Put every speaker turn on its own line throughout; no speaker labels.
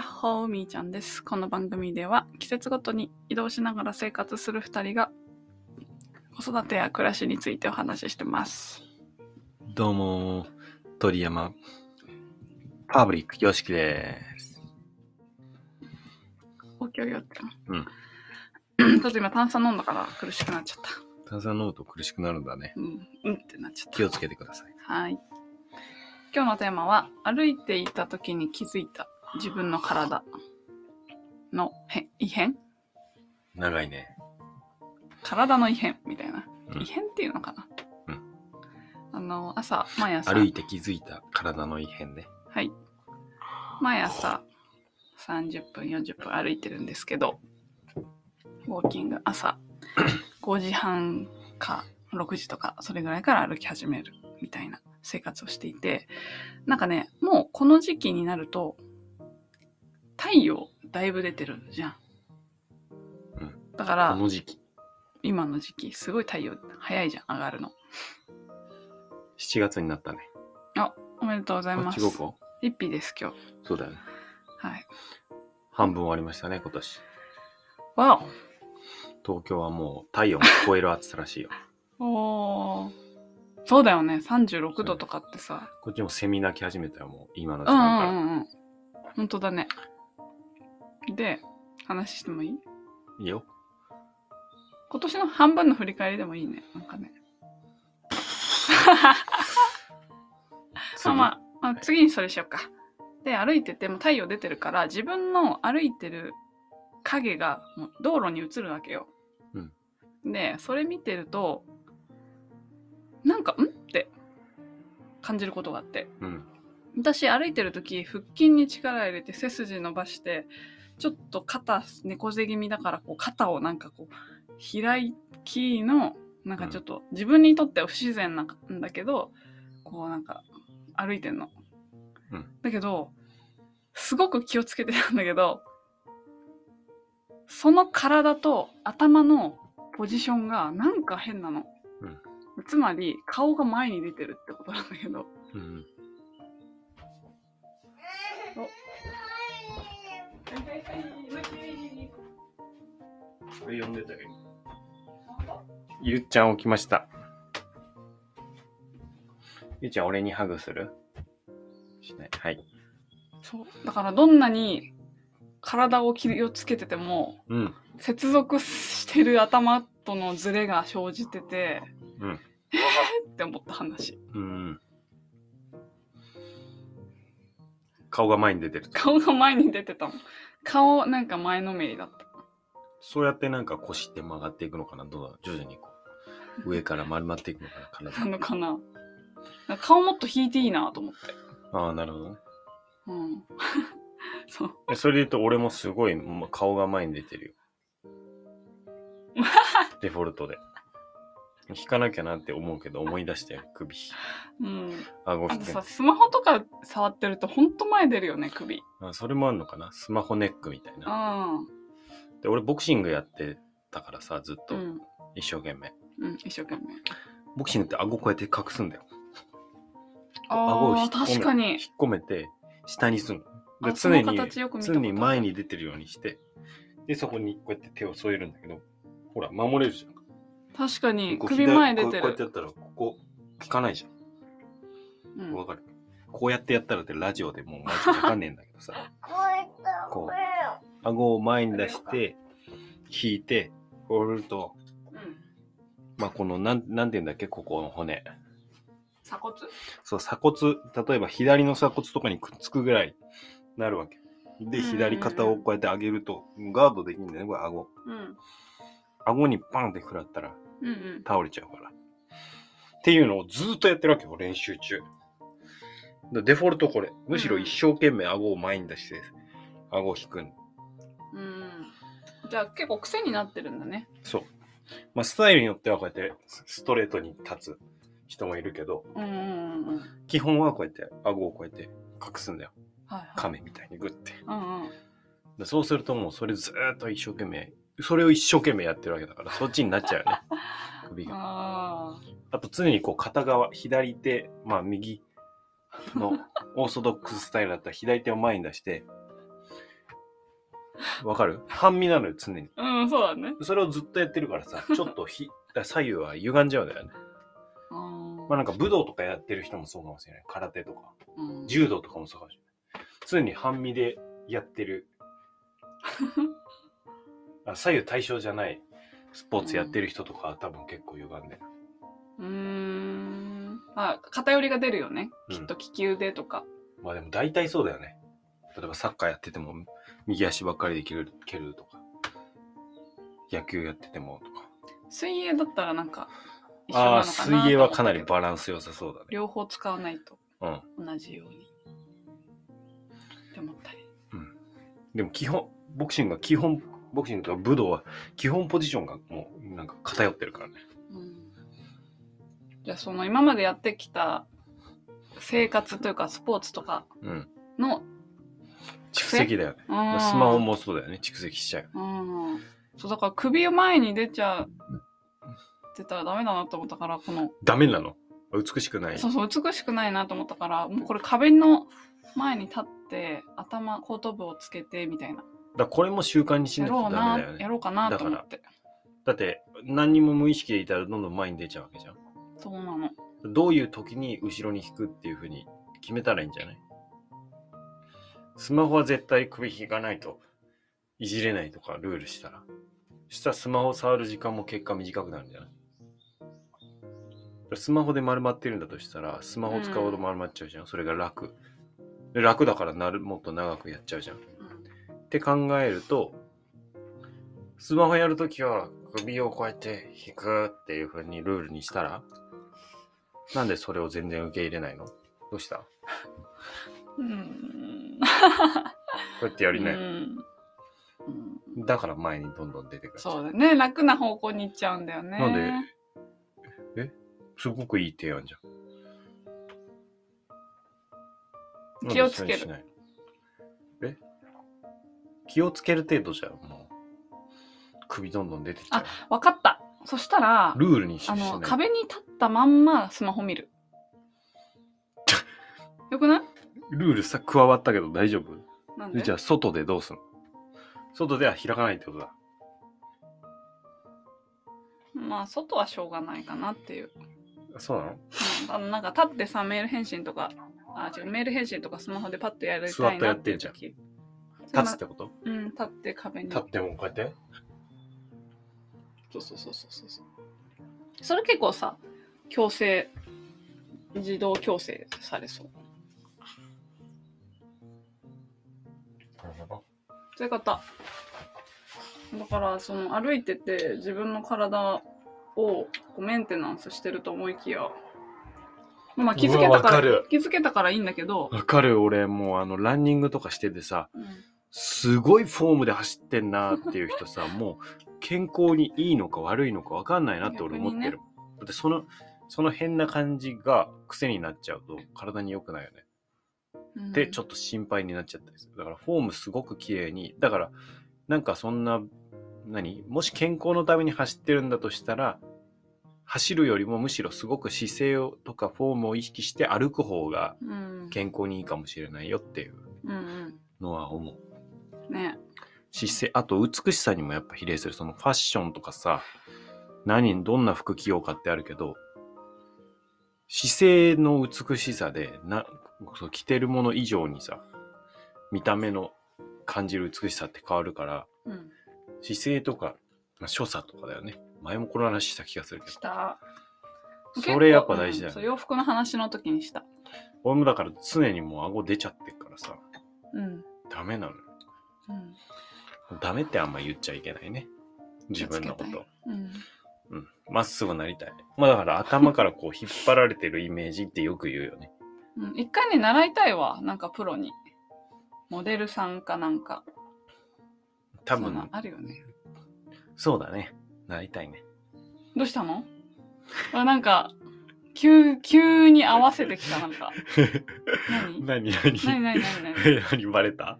ホーミーちゃんです。この番組では季節ごとに移動しながら生活する2人が子育てや暮らしについてお話ししてます。
どうも、鳥山、パブリック、よしきです。
おきょよっちゃん。
う
ちょっと今炭酸飲んだから苦しくなっちゃった。
炭酸飲むと苦しくなるんだね。
うん、うんってなっちゃった。
気をつけてください。
はい。今日のテーマは歩いていた時に気づいた自分の体の変異変
長いね。
体の異変みたいな。
うん
異変っていうのかな、
うん
あの、朝、毎朝。
歩いて気づいた体の異変ね。
はい。毎朝30分、40分歩いてるんですけど、ウォーキング朝5時半か6時とか、それぐらいから歩き始めるみたいな生活をしていて、なんかね、もうこの時期になると、太陽だいぶ出てるじゃん。
うん
だか
こ
ら、
の時期、
今の時期、すごい太陽早いじゃん、上がるの。
7月になったね。
おめでとうござい
こっ
ま
ち
す。
ごこ
一匹です、今日。
そうだよね。
はい。
半分終わりましたね、今年。
わ
東京はもう体温を超える暑さらしいよ。
おおーそうだよね36度とかってさ
こっちもセミ鳴き始めたよ、もう今の時
うんう
間から。
んうんうん本当だねで話してもいい
いいよ。
今年の半分の振り返りでもいいねなんかねまあまあ、まあ、次にそれしようかで歩いてても太陽出てるから自分の歩いてる影がもう道路に映るわけよ、でそれ見てるとなんかんって感じることがあって
次うん。
私歩いてる時腹筋に力入れて背筋伸ばしてちょっと肩猫背気味だからこう肩をなんかこう開きのなんかちょっと自分にとっては不自然なんだけどこうなんか歩いてんの。
うん
だけどすごく気をつけてたんだけどその体と頭のポジションがなんか変なの。
うん
つまり顔が前に出てるってことなんだけど
うん。これ読んでたけど。ゆっちゃん起きました。ゆっちゃん俺にハグするしない。はい。
そう。だからどんなに体を気をつけてても、
うん。
接続してる頭とのズレが生じてて、
うん。
えって思った話。
うん。顔が前に出てる。
顔が前に出てたもん。顔、なんか前のめりだった。
そうやってなんか腰って曲がっていくのかなどうだろう徐々にこう。上から丸まっていくのかな
な
体。
のかな。なんか顔もっと引いていいなと思って。
ああ、なるほどね。
うん。 そう。
えそれで言うと俺もすごいもう顔が前に出てる よ。デフォルトで。引かなきゃなって思うけど思い出して首。
うん。
顎
あ
引
と
け
さ、スマホとか触ってるとほんと前出るよね、首。うん。
あそれもあんのかなスマホネックみたいな。で俺ボクシングやってたからさずっ
う
と
ん。
一生懸命、
うん、一生懸命。
ボクシングって顎こうやって隠すんだよ顎を
あ
引
あ、
っ込め
確かに
引っ。込めて下にすんの
あ
で常
その
に
形よく見たことあ
常
る
に前に出てるようにしてでそこにこうやって手を添えるんだけどほら守れるじゃん
確かに、
こう
首
左
前出て
こうこうやって
る。
やったらここ効かないじ
う
ゃ
ん
んわかるこうやってやったらってラジオでもうマジでわかんねえんだけ どさこう顎を前に出して引いてこうやると
うん
まあこのなんなんていうんだっけここの骨
鎖骨
そう、鎖骨、例えば左の鎖骨とかにくっつくぐらいなるわけ。で、
うんうんうん
左肩をこうやって上げると、ガードできるんだよね、これ顎。
うん。
顎にパンって食らったら
うんうん。
倒れちゃうから。っていうのをずーっとやってるわけよ、練習中。でデフォルトこれ。むしろ一生懸命顎を前に出して、顎を引くの。
うん。じゃあ結構癖になってるんだね。
そう。まあ、スタイルによってはこうやってストレートに立つ人もいるけど、
うんうんうんうん。はい
基本はこうやって顎をこうやって隠すんだよ。
はい。
亀みたいにグッて。
うんうん。
でそうするともうそれずーっと一生懸命それを一生懸命やってるわけだからそっちになっちゃうよね首が
ああ。
あと常にこう片側左手まあ右のオーソドックススタイルだったら左手を前に出してわかる半身なのよ、常に。
うん、そうだね。
それをずっとやってるからさ、ちょっとひ左右は歪んじゃうんだよね。
あー
まあなんか武道とかやってる人もそうかもしれない。空手とか。
うん
柔道とかもそうかもしれない。常に半身でやってる。あ左右対称じゃないスポーツやってる人とかは多分結構歪んでる。
うーん。まあ、偏りが出るよね。
うん
きっと利き腕とか。
まあでも大体そうだよね。例えばサッカーやってても右足ばっかりで蹴る蹴るとか、野球やっててもとか。
水泳だったらなんか、一緒なのか
あ
な
あ、水泳はか
と思った
なり
けど
バランス良さそうだね。
両方使わないと
うん。
同じように。って思ったり。
でも基本、ボクシングは基本、ボクシングとか武道は基本ポジションがもうなんか偏ってるからね。
うんじゃあ、その今までやってきた生活というか、スポーツとか
うん。
の、
蓄積だよね。
ス
まあスマホもそうだよね。蓄積しちゃう。
うん。そう、だから首を前に出ちゃう、出たらダメだなと思ったから、この、
ダメなの美しくない。
そうそう、美しくないなと思ったから、もうこれ壁の前に立って、頭、後頭部をつけて、みたいな。
だからこれも習慣にし
や
ない
ろ
と
う
ダ
な、
メだよ
や
ね。
ろうかなと思って。
だって何にも無意識でいたらどんどん前に出ちゃうわけじゃん。
そうなの。
どういう時に後ろに引くっていうふうに決めたらいいんじゃないスマホは絶対首引かないといじれないとかルールしたら。したらスマホ触る時間も結果短くなるんじゃないスマホで丸まってるんだとしたらスマホ使うほど丸まっちゃうじゃん。それが楽。で楽だからなるもっと長くやっちゃうじゃん。って考えるとスマホやるときは首をこうやって引くっていう風にルールにしたらなんでそれを全然受け入れないのどうしたこ
うん。
うやってやりな
う
い、
んうん
だから前にどんどん出てくる
そうだね。楽な方向に行っちゃうんだよね。
なんでですごくいい提案じゃん
気をつける
なんでそれにしないのえ気をつける程度じゃんもう首どんどん出てきちゃ
わかった。そしたら
う、ルールにしし
あ
ない
の、壁に立ったまんまスマホ 見る。よくない
ルールさ加わったけど大丈夫
なん
で
で
じゃあ外でどうすんの外では開かないってことだ。
まあ、外はしょうがないかなっていう。
そうなの
うんあのなんか立ってさ、メール返信とか、あ、違う、メール返信とかスマホでパッとやり
座
た
っ
い
てや
な
っ
って
て
い
ん
う
じゃん
時。
立つってこと
うん、立って壁に。
立ってもこうやって
そうそうそうそうそうそう。それ結構さ、強制、自動強制されそう。そういう方。だから、その歩いてて自分の体をこうメンテナンスしてると思いきや、まあ気づけ
うわ
た
わか
から、
る
気づけたからいいんだけど、
わかる俺もうあのランニングとかしててさ
うん
すごいフォームで走ってんなっていう人 さもう健康にいいのか悪いのかわかんないなって俺思ってる、
逆
だってそのその変な感じが癖になっちゃうと体に良くないよね
うん
でちょっと心配になっちゃったりするだからフォームすごく綺麗にだからなんかそんな何もし健康のために走ってるんだとしたら走るよりもむしろすごく姿勢をとかフォームを意識して歩く方が
うん、
健康にいいかもしれないよっていう
うん
のは思う
うん。ね
姿勢あと美しさにもやっぱ比例するそのファッションとかさ何どんな服着ようかってあるけど姿勢の美しさでなそう着てるもの以上にさ見た目の感じる美しさって変わるから
うん。
姿勢とか、まあ、所作とかだよね前もこの話した気がするけ
した。
どそれやっぱ大事だ
結構うんそ
よ
う
ね、
洋服の話の時にした。
俺もだから常にもう顎出ちゃってるからさ
うん。
ダメなのよ
うん。
ダメってあんま言っちゃいけないね自分の
気を
こ
つけた
と
いうん。
うんまっすぐなりたい。まあだから頭からこう引っ張られてるイメージってよく言うよね。
うん一回ね、習いたいわ。なんかプロに。モデルさんかなんか。
多
そんな
分、
あるよね。
そうだね。なりたいね。
どうしたのあなんか、急、急に合わせてきた、なん か。何
何何
何何
何
何何
何バレた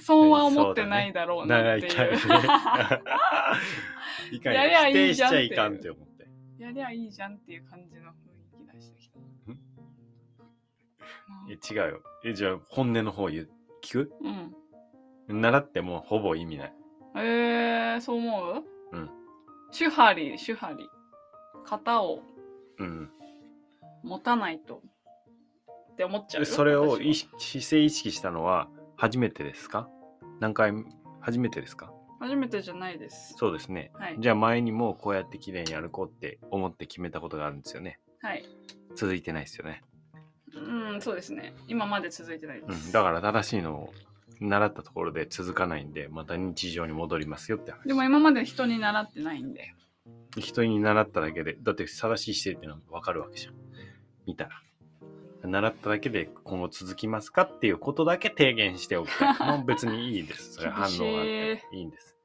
損は思ってないだろうな
な
っ
り
て
た
い。
いう ね。いか
やりゃ
に
い
否定
い
し
じ
ち
ゃんっ
ゃ
ていう
いかんって思って。
やりゃいいじゃんっていう感じの雰囲気出してきた。
え違うよ。えじゃあ本音の方言う聞く
うん。
習ってもほぼ意味ない。
えー、そう思う
うん。
手張り、手張り。型を
うん。
持たないと。って思っちゃうよ。
それを
私はい
姿勢意識したのは初めてですか何回、初めてですか
初めてじゃないです。
そうですね。
はい。
じゃあ前にもこうやって綺麗に歩こうって思って決めたことがあるんですよね。
はい。
続いてないですよね。
うん、そうですね。今まで続いてないで
う
す。
ん。だから正しいのを習ったところで続かないんで、また日常に戻りますよって話。
でも今まで人に習ってないんで。
人に習っただけで、だって正しい姿勢ってなんかわかるわけじゃん。見たら。習っただけで今後続きますかっていうことだけ提言しておきたい。もう別にいいです。それは反
厳しい
応があっていいんです。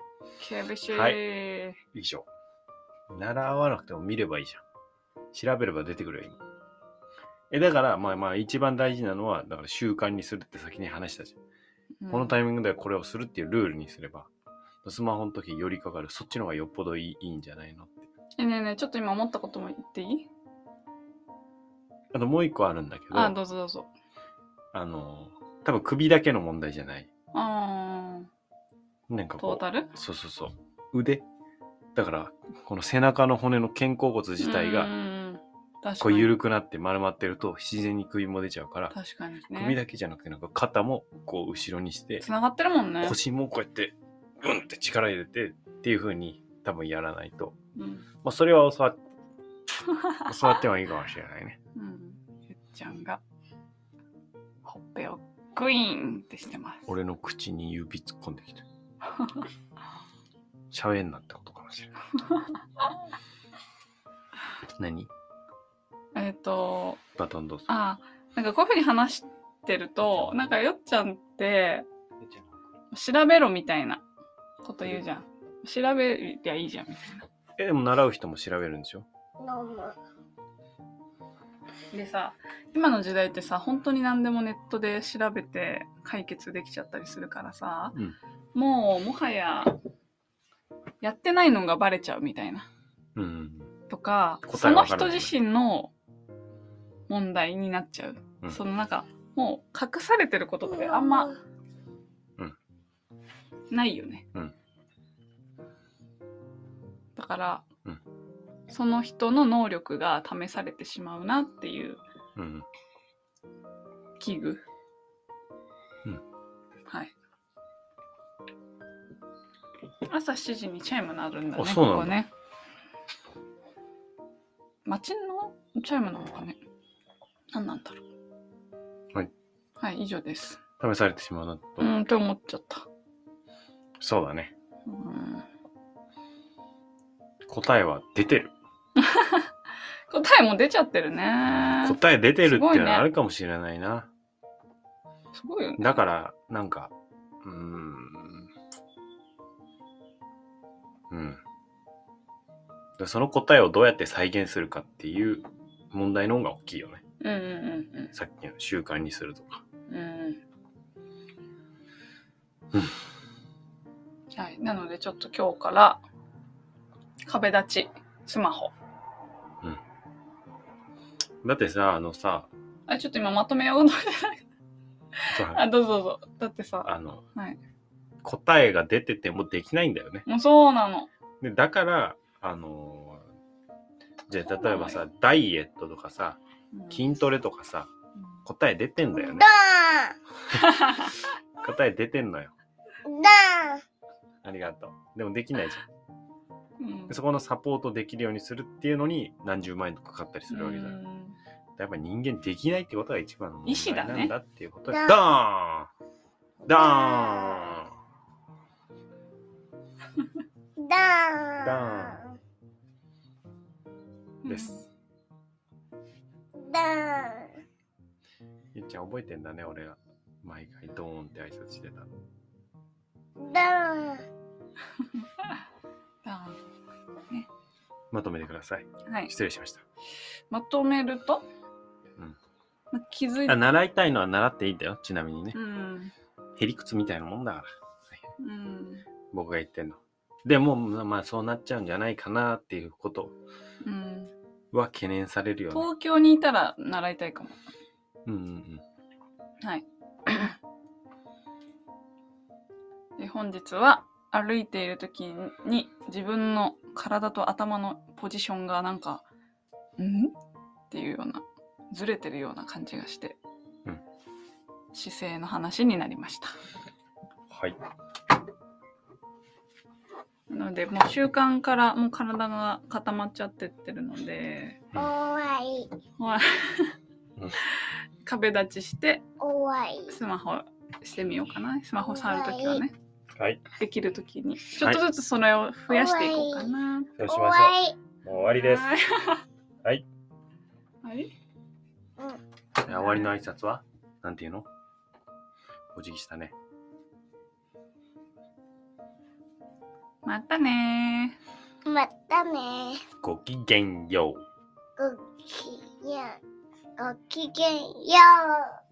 厳しい。
は
はい、
以上。習わなくても見ればいいじゃん。調べれば出てくるよ、今。え、だから、まあまあ、一番大事なのは、だから習慣にするって先に話したじゃん。このタイミングではこれをするっていうルールにすれば、スマホの時寄りかかる、そっちの方がよっぽどいいいいんじゃないのって。
えねえねえ、ちょっと今思ったことも言っていい
あともう一個あるんだけど、
あ、どうぞどうぞ。
あの、多分首だけの問題じゃない。
あ
なんか
ー、トー
こ
タル
う、そうそうそう。腕だから、この背中の骨の肩甲骨自体
う
が、
ん、確
こ
か
う
に。
緩くなって丸まってると、自然に首も出ちゃうから、
確かに
首
ね。
だけじゃなくて、なんか肩もこう後ろにして、
つながってるもんね。
腰もこうやって、うんって力入れてっていう風に多分やらないと。
うん。
まあ、それ は教わっ教わってもいいかもしれないね。
うん。ゆっちゃんが、ほっぺをグイーンってしてます。
俺の口に指突っ込ん できて。喋んなってことかも しれない。何
えっ、と、
バトンどうぞ。
あー、なんかこういうふうに話してると、なんかよっちゃんって、調べろみたいなこと言うじゃん。調べりゃいいじゃんみたい
え、でも習う人も調べるんでしょ
な。でさ、今の時代ってさ、本当に何でもネットで調べて解決できちゃったりするからさ、
うん
もうもはや、やってないのがバレちゃうみたいな。
うん。
とか、
答
そ
え
の
わかんな
人
い
自身の問題になっちゃう。
うん
そのなんか、もう隠されてることってあんま
うん
ないよね。
うん
だから、
うん
その人の能力が試されてしまうなっていう
うん。
危惧。
うん
はい。朝7時にチャイム鳴るんだね、
あそうなんだ
ここね。街のチャイムなのかね。何なんだろう。
はい。
はい、以上です。
試されてしまうなと。
うん、って思っちゃった。
そうだね。
うん
答えは出てる。
答えも出ちゃってるね。
答え出てる
す
っていう
ごい
の
ね
はあるかもしれないな。
すごいよね。
だから、なんか、うーん。うん。でその答えをどうやって再現するかっていう問題の方が大きいよね。
うんうんうん
さっきの習慣にするとか。
うん。うん
うん。
はい。なので、ちょっと今日から、壁立ち、スマホ。
だってさ、あのさ、
あ、ちょっと今まとめようと思ってあ、どうぞどうぞ。だってさ、
あの、
はい
答えが出ててもできないんだよね。
もうそうなの。
でだから、あのーじゃあ例えばさ、ダイエットとかさ、
うん
筋トレとかさ、
うん
答え出てんだよね。答え出てんのよ。ありがとう。でもできないじゃ
うん
ん。そこのサポートできるようにするっていうのに何十万円とかかかったりするわけじゃん。
うん
やっぱり人間できないってことが一番の
意志だ
問題
ね
なんだっていうことで。
だ
ドーンドーンです。ゆっちゃん覚えてんだね、俺が。毎回ドーンって挨拶してたの。
だ
まとめてください。
はい。
失礼しました。
まとめると、
うん
ま気づい
あ習いたいのは習っていいんだよ、ちなみにね
う。ん。
へりくつみたいなもんだから、
うん。
僕が言ってんの。でも、まあまあ、そうなっちゃうんじゃないかなっていうこと
うん。
は懸念されるよね。
東京にいたら習いたいかも。
うんうんうん。
はい。で本日は歩いている時に自分の体と頭のポジションがなんか「ん?」っていうようなずれてるような感じがして、
うん
姿勢の話になりました
はい。
なのでもう習慣からもう体が固まっちゃってってるので
うん
終わり
まあ
うん
壁立ちして
終わり
スマホしてみようかなスマホ触る時はね
はい。
できる時にちょっとずつそれを増やしていこうかな
そうし
終
ま
わ
しょ
り
う。もう終わりです。はい。
はい
うん
終わりの挨拶はなんていうのお辞儀したね。
またねー
またね
ごきげんよう。
ごきげんごきげんよう